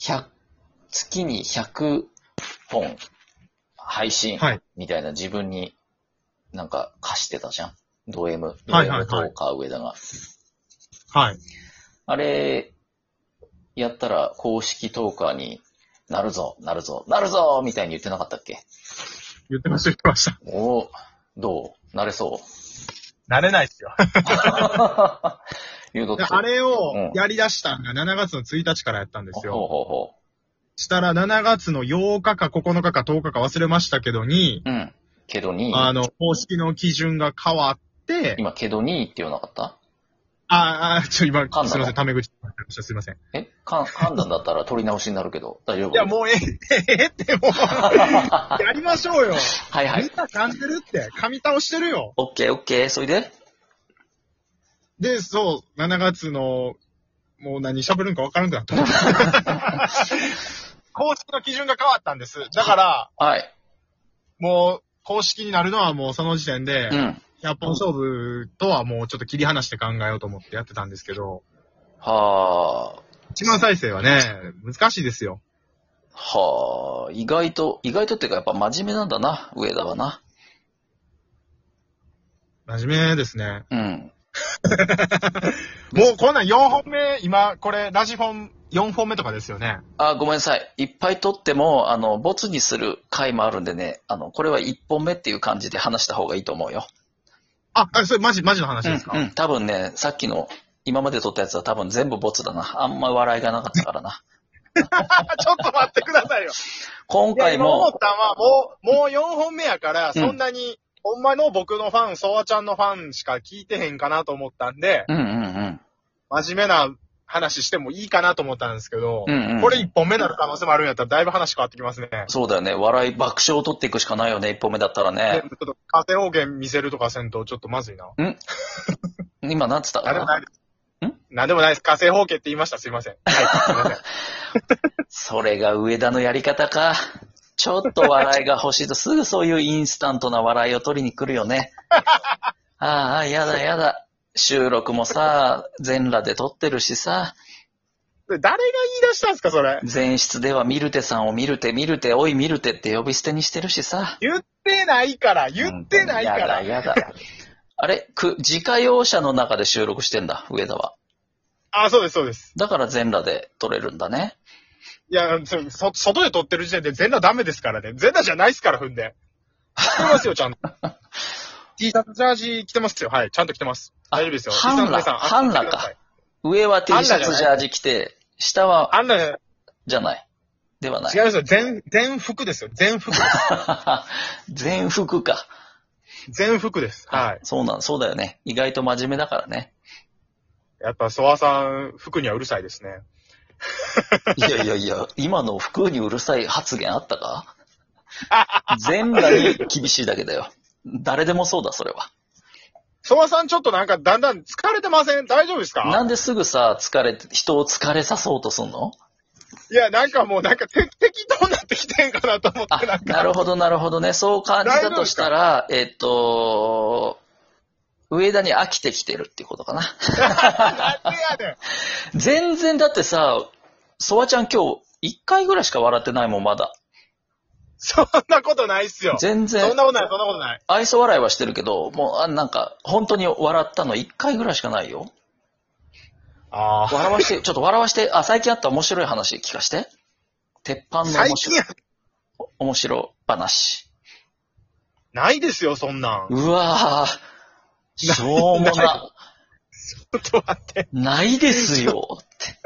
100、月に100本配信はい。みたいな自分になんか貸してたじゃん。ド M、ドはいはいは M いとか上田が。はい。あれ、やったら公式トーカーになるぞ、なるぞ、なるぞみたいに言ってなかったっけ言ってました、言ってました。おおどうなれそう 慣れないっすよ。言うとっでた。あれうんをやり出したのが7月の1日からやったんですほうよ。ほうほしたら7月の8日か9日か10日か忘れましたけどに、う。うん。けどに、あの、公式の基準が変わって、今、けどにって言わなかったあーあー、ちょ、今んだ、のすいません、タメ口になってましたすいません。いえかん、判断だったら取り直しになるけど、大丈夫や、もうええ、ええって、もう、はやりましょうよ。いはみいん。な噛んでるって、噛み倒してるよ。オッケーオッケー、それでで、そう、7月の、もう何喋るんか分からんくな った。公式の基準が変わったんです。だから、はい。もう、公式になるのはもうその時点で、うん。 100本勝負とはもうちょっと切り離して考えようと思ってやってたんですけど、はあ。 1万再生はね、難しいですよ。はあ、意外と、意外とっていうかやっぱ真面目なんだな、上田はな。真面目ですね。うん。もうこんなん4本目、今、これ、ラジフォン4本目とかですよね。あ、ごめんなさい。いっぱい撮っても、あの、ボツにする回もあるんでね、あの、これは1本目っていう感じで話した方がいいと思うよ。あ、あそれマジ、マジの話ですか、うん、うん。多分ね、さっきの、今まで撮ったやつは多分全部ボツだな。あんま笑いがなかったからな。あ ちょっと待ってくださいよ。今いや回今思っも、たのは、もう、もう4本目やから、そんなに、ほんまの僕のファン、ソワちゃんのファンしか聞いてへんかなと思ったんで、うんうんうん。真面目な話してもいいかなと思ったんですけど、うんうんこれ1本目になる可能性もあるんやったら、だいぶ話変わってきますね。そうだよね。笑い、爆笑を取っていくしかないよね、1本目だったらでねちょ。っと、加点方言見せるとかせんと、ちょっとまずいな。今、なんつったなんでもないです。んなんでもないです。火星方形って言いました。すいません。はい、すいません。それが上田のやり方か。ちょっと笑いが欲しいと、すぐそういうインスタントな笑いを取りに来るよね。ああ、やだやだ。収録もさ、全裸で撮ってるしさ、 誰が言い出したんですか、それ。前室ではミルテさんをミルテ、ミルテ、おいミルテって呼び捨てにしてるしさ。言ってないから、言ってないかうんら。やだやだ。あれ、く、自家用車の中で収録してんだ、上田は。あ、そうです、そうです。だから全裸で撮れるんだね。いや、そそ外で撮ってる時点で全裸ダメですからね。全裸じゃないですから、踏んで。着てますよ、ちゃんと。T シャツジャージ着てますよ。はい、ちゃんと着てます。あ大丈夫ですよ。半裸リスナーの皆さん半裸か。上は T シャツジャージ着て、下は、あんな、違いじゃない。ではなまいす。よ。全、全服ですよ。全 服です。全服か。全服です。はい。そうなん、そうだよね。意外と真面目だからね。やっぱ、ソワさん、服にはうるさいですね。いやいやいや、今の服にうるさい発言あった か全裸に厳しいだけだよ。誰でもそうだ、それは。ソワさん、ちょっとなんか、だんだん疲れてません大丈夫ですかなんですぐさ、疲れて、人を疲れさそうとすんのいや、なんかもう、なんか、て適当になってきてんかなと思って、なあん、か。なるほど、なるほどね。そう感じたとしたら、えっと、上田に飽きてきてるっていうことかな。なんでやねん。全然だってさ、ソワちゃん今日、一回ぐらいしか笑ってないもん、まだ。そんなことないっすよ。全然。そんなことない、そんなことない。愛想笑いはしてるけど、もう、あなんか、本当に笑ったの一回ぐらいしかないよ。あ笑わ して、ちょっと笑わして、あ、最近あった面白い話聞かして。鉄板の最面近白いや、面白話。ないですよ、そんなん。うわぁ、しょうもな、ちょっと待って。ないですよって。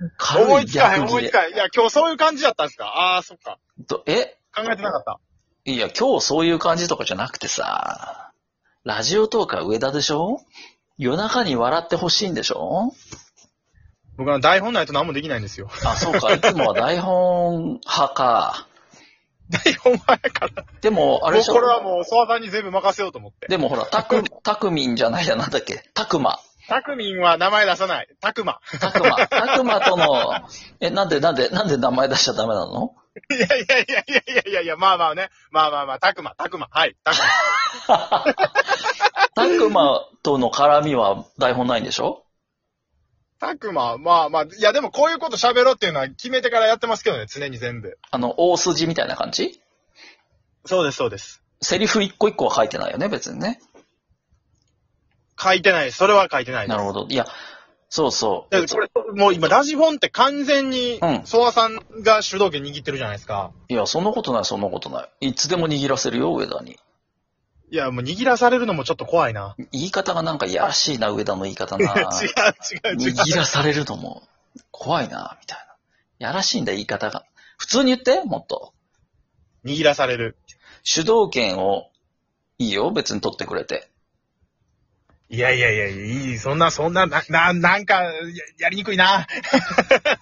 思軽いいつかへん、逆思切いつれ。かへん。いや、今日そういう感じだったんですかああ、そっか。とえ考えてなかった。いや、今日そういう感じとかじゃなくてさ、ラジオトーカー上田でしょ夜中に笑ってほしいんでしょ僕は台本ないと何もできないんですよ。 あ、そうか、いつもは台本派か。台本はやから。でも、あれでもうしょこれはもう、ソワさんに全部任せようと思って。でもほら、たく、たくみんじゃないや、なんだっけ。たくま。タクミンは名前出さない。タクマ。たくま。たくまとの、 え、なんで、なんで、なんで名前出しちゃダメなの いやいやいやいやいやいやいや、まあまあね。まあまあまあ、タクマ、タクマ。はい、 タクマ。たくまとの絡みは台本ないんでしょたくま、まあまあ、いやでもこういうこと喋ろうっていうのは決めてからやってますけどね、常に全部。あの、大筋みたいな感じそうです、そうです。セリフ一個一個は書いてないよね、別にね。書いてないです。それは書いてないです。なるほど。いや、そうそう。だからこれ、もう今、ラジフォンって完全にう、んソワさんが主導権握ってるじゃないですか。いや、そんなことない、そんなことない。いつでも握らせるよ、上田に。いや、もう握らされるのもちょっと怖いな。言い方がなんかいやらしいな、上田の言い方な。 違う、違う、違う。握らされるのも怖いな、みたいな。やらしいんだ、言い方が。普通に言って、もっと。握らされる。主導権を、いいよ、別に取ってくれて。いやいやいや、いい、そんな、そんな、な、ななんか、ややりにくいな。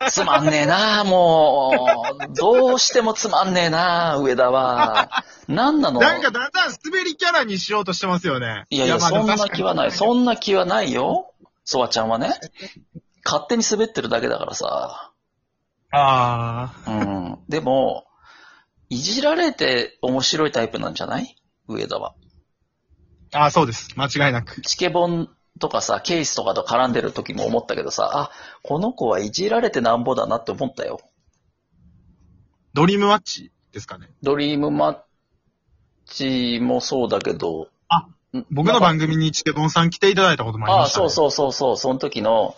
つまんねえな、もう。どうしてもつまんねえな、上田は。なんなのなんかだんだん滑りキャラにしようとしてますよね。いやいや、まあでそんもな確かに気はない。そんな気はないよ。ソワちゃんはね。勝手に滑ってるだけだからさ。ああ。うん。でも、いじられて面白いタイプなんじゃない上田は。ああ、そうです。間違いなく。チケボンとかさ、ケースとかと絡んでる時も思ったけどさ、あ、この子はいじられてなんぼだなって思ったよ。ドリームマッチですかね。ドリームマッチもそうだけど、あん、僕の番組にチケボンさん来ていただいたこともありあまあ、した、そね。うそうそうそう、その時の、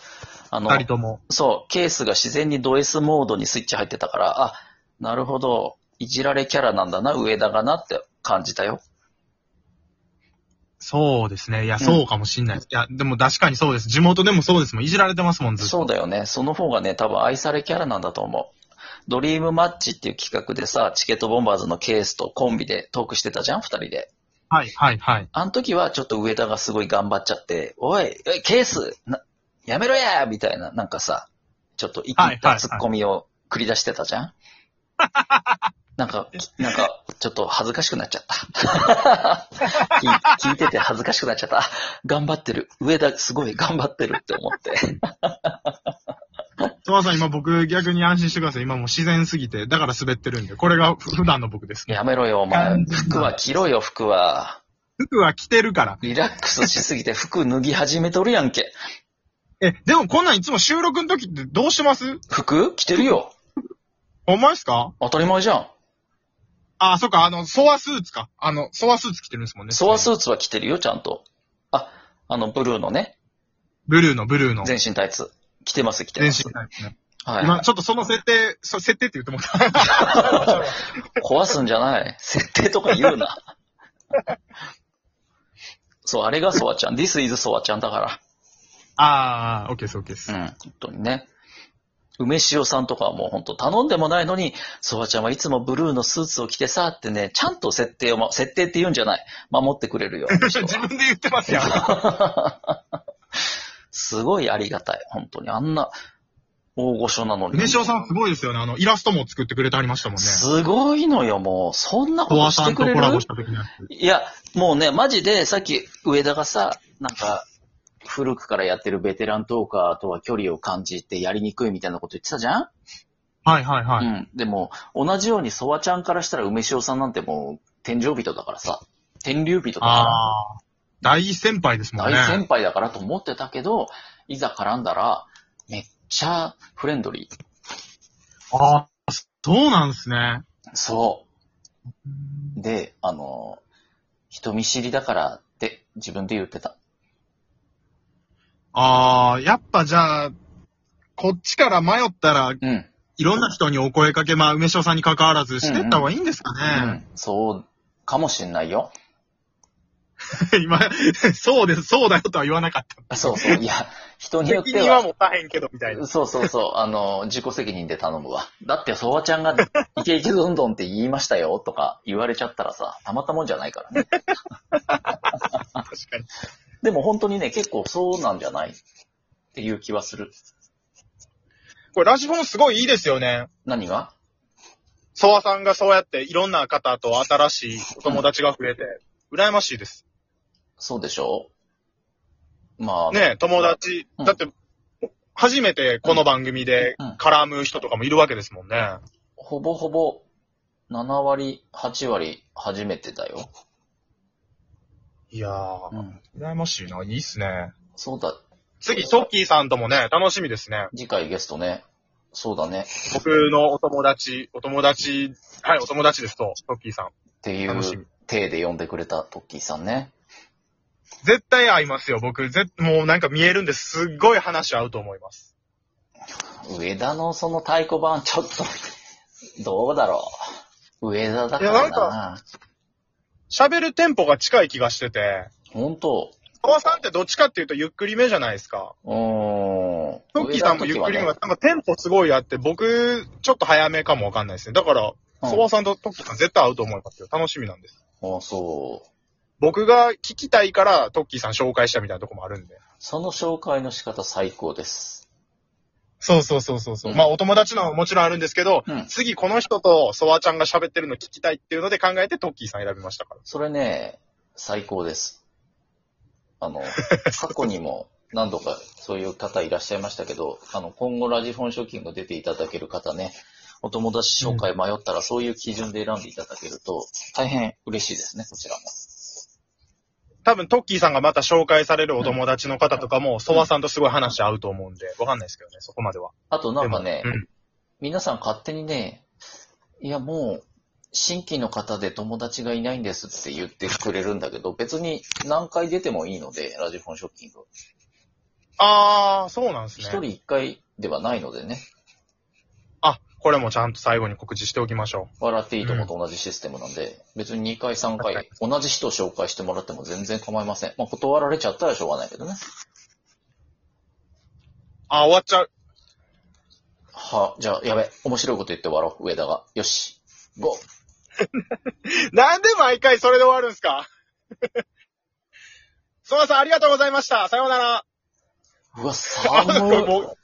あの二、人とも。そう、ケースが自然にド S モードにスイッチ入ってたから、あ、なるほど、いじられキャラなんだな、上田がなって感じたよ。そうですね。いや、そうかもしんないです。いや、でも確かにそうです。地元でもそうですもん。いじられてますもん、ずっと。そうだよね。その方がね、多分愛されキャラなんだと思う。ドリームマッチっていう企画でさ、チケットボンバーズのケースとコンビでトークしてたじゃん、二人で。はい、はい、はい。あの時はちょっと上田がすごい頑張っちゃって、おい、おいケースなやめろやみたいな、なんかさ、ちょっと生きはいはいたはいツッコミを繰り出してたじゃん、 なんか、なんか、ちょっと恥ずかしくなっちゃ った。聞い聞いてて恥ずかしくなっちゃった。あ頑張ってる。上田すごい頑張ってるって思って。トワさん、今僕逆に安心してください。今もう自然すぎて、だから滑ってるんで、これが普段の僕です。やめろよ、お前完。全な服は着ろよ、服は。服は着てるから。リラックスしすぎ て服脱ぎ始めとるやんけ。え、でもこんなんいつも収録の時ってどうしてます服着てるよ。ほんまですか当たり前じゃん。あ、そっか、あの、ソアスーツか。あの、ソアスーツ着てるんですもんね。ソアスーツーツは着てるよ、ちゃんと。あ、あの、ブルーのね、ブルーの、ブルーの。全身タイツ。着てます、着て全ま身す。タイプね。はいは今、い。ちょっとその設定、そ設定って言ってもらった。壊すんじゃない。設定とか言う な。そう、あれがソワちゃん。This is ソワちゃんだかあー、オッケーです、オッケーでら。す。うん、本当にね。梅塩さんとかはもう本当頼んでもないのに、ソワちゃんはいつもブルーのスーツを着てさってね、ちゃんと設定をま、設定って言うんじゃない。守ってくれるよ。あ の人は自分で言ってますやん。すごいありがたい。本当に。あんな大御所なのに。梅塩さんすごいですよね。あの、イラストも作ってくれてありましたもんね。すごいのよ、もう。そんなこソとアしさてんくとれコるラボした時のやつ。いや、もうね、マジで、さっき上田がさ、なんか、古くからやってるベテラントーカーとは距離を感じてやりにくいみたいなこと言ってたじゃん、はい、はい、はい。うん。でも、同じようにソワちゃんからしたら梅塩さんなんてもう、天井人だからさ、天竜人だかあー、大先輩ですら、もんね。大先輩だからと思ってたけど、いざ絡んだら、めっちゃフレンドリー。あー、そうなんですね。そう。で、あの、人見知りだからって自分で言ってた。あー、やっぱじゃあ、こっちから迷ったら、うん。いろんな人にお声かけ、まあ、梅塩さんに関わらずしてった方がいいんですかうね。ん、そうかもしんないよ。 今、そうです、そうだよとは言わなかった。そうそう。いや、人によって責任はは。持たへんけど、みたいな。そうそうそう。あの、自己責任で頼むわ。だって、ソワちゃん が、イケイケどんどんって言いましたよとか言われちゃったらさ、たまったもんじゃないからね。確かに。でも本当にね、結構そうなんじゃないっていう気はする。これ、ラジフォンすごいいいですよね。何がソワさんがそうやって、いろんな方と新しいお友達が増えて、羨ましいです。そうでしょうまあ、ねえ友達う。んだって、初めてこの番組でうん絡む人とかもいるわけですもんね。ほぼほぼ、7割、8割、初めてだよ。いやー、うん。羨ましいな。いいっすね。そうだ。次、トッキーさんともね、楽しみですね。次回ゲストね。そうだね。僕のお友達、お友達、はい、お友達ですと、トッキーさん。ってい楽しみう、体で呼んでくれたトッキーさんね。絶対会いますよ、僕。ぜもうなんか見えるんです。すっごい話合うと思います。上田のその太鼓判、ちょっと、 どうだろう。上田だからいやななん喋るテンポが近い気がしてて、本当川さんってどっちかっていうとゆっくりめじゃないですか。うーん。トッキーさんもゆっくりめ、なんかテンポすごいあって、僕、ちょっと早めかもわかんないですね。だから、うんソワさんとトッキーさん絶対会うと思いますよ。楽しみなんです。あ、そう。僕が聞きたいから、トッキーさん紹介したみたいなとこもあるんで。その紹介の仕方最高です。そうそうそうそうそう。うんまあ、お友達のももちろんあるんですけど、うん次この人とソワちゃんが喋ってるの聞きたいっていうので考えてトッキーさん選びましたから。それね、最高です。あ の、過去にも何度かそういう方いらっしゃいましたけど、あの、今後ラジフォンショッキング出ていただける方ね、お友達紹介迷ったらそういう基準で選んでいただけると、大変嬉しいですね、こちらも。多分トッキーさんがまた紹介されるお友達の方とかも、ソワさんとすごい話合うと思うんで、わかんないですけどね、そこまでは。あとなんかね、でもうん皆さん勝手にね、いやもう、新規の方で友達がいないんですって言ってくれるんだけど、別に何回出てもいいので、ラジフォンショッキング。あー、そうなんです一人ね。一回ではないのでね、あ、これもちゃんと最後に告知しておきましょ笑っていいとこと同じシステムなんで、別に2回3確回、同じ人を紹介してもらっても全然構いません。まあ断られちゃったらしょうがないけどね。う。あ、終わっちゃう。は、じゃあ、やべ、面白いこと言って終わろう、上田が。よし。5。なんで毎回それで終わるんですか ソワさんありがとうご ざいました。さようなら。うわ、寒い。もう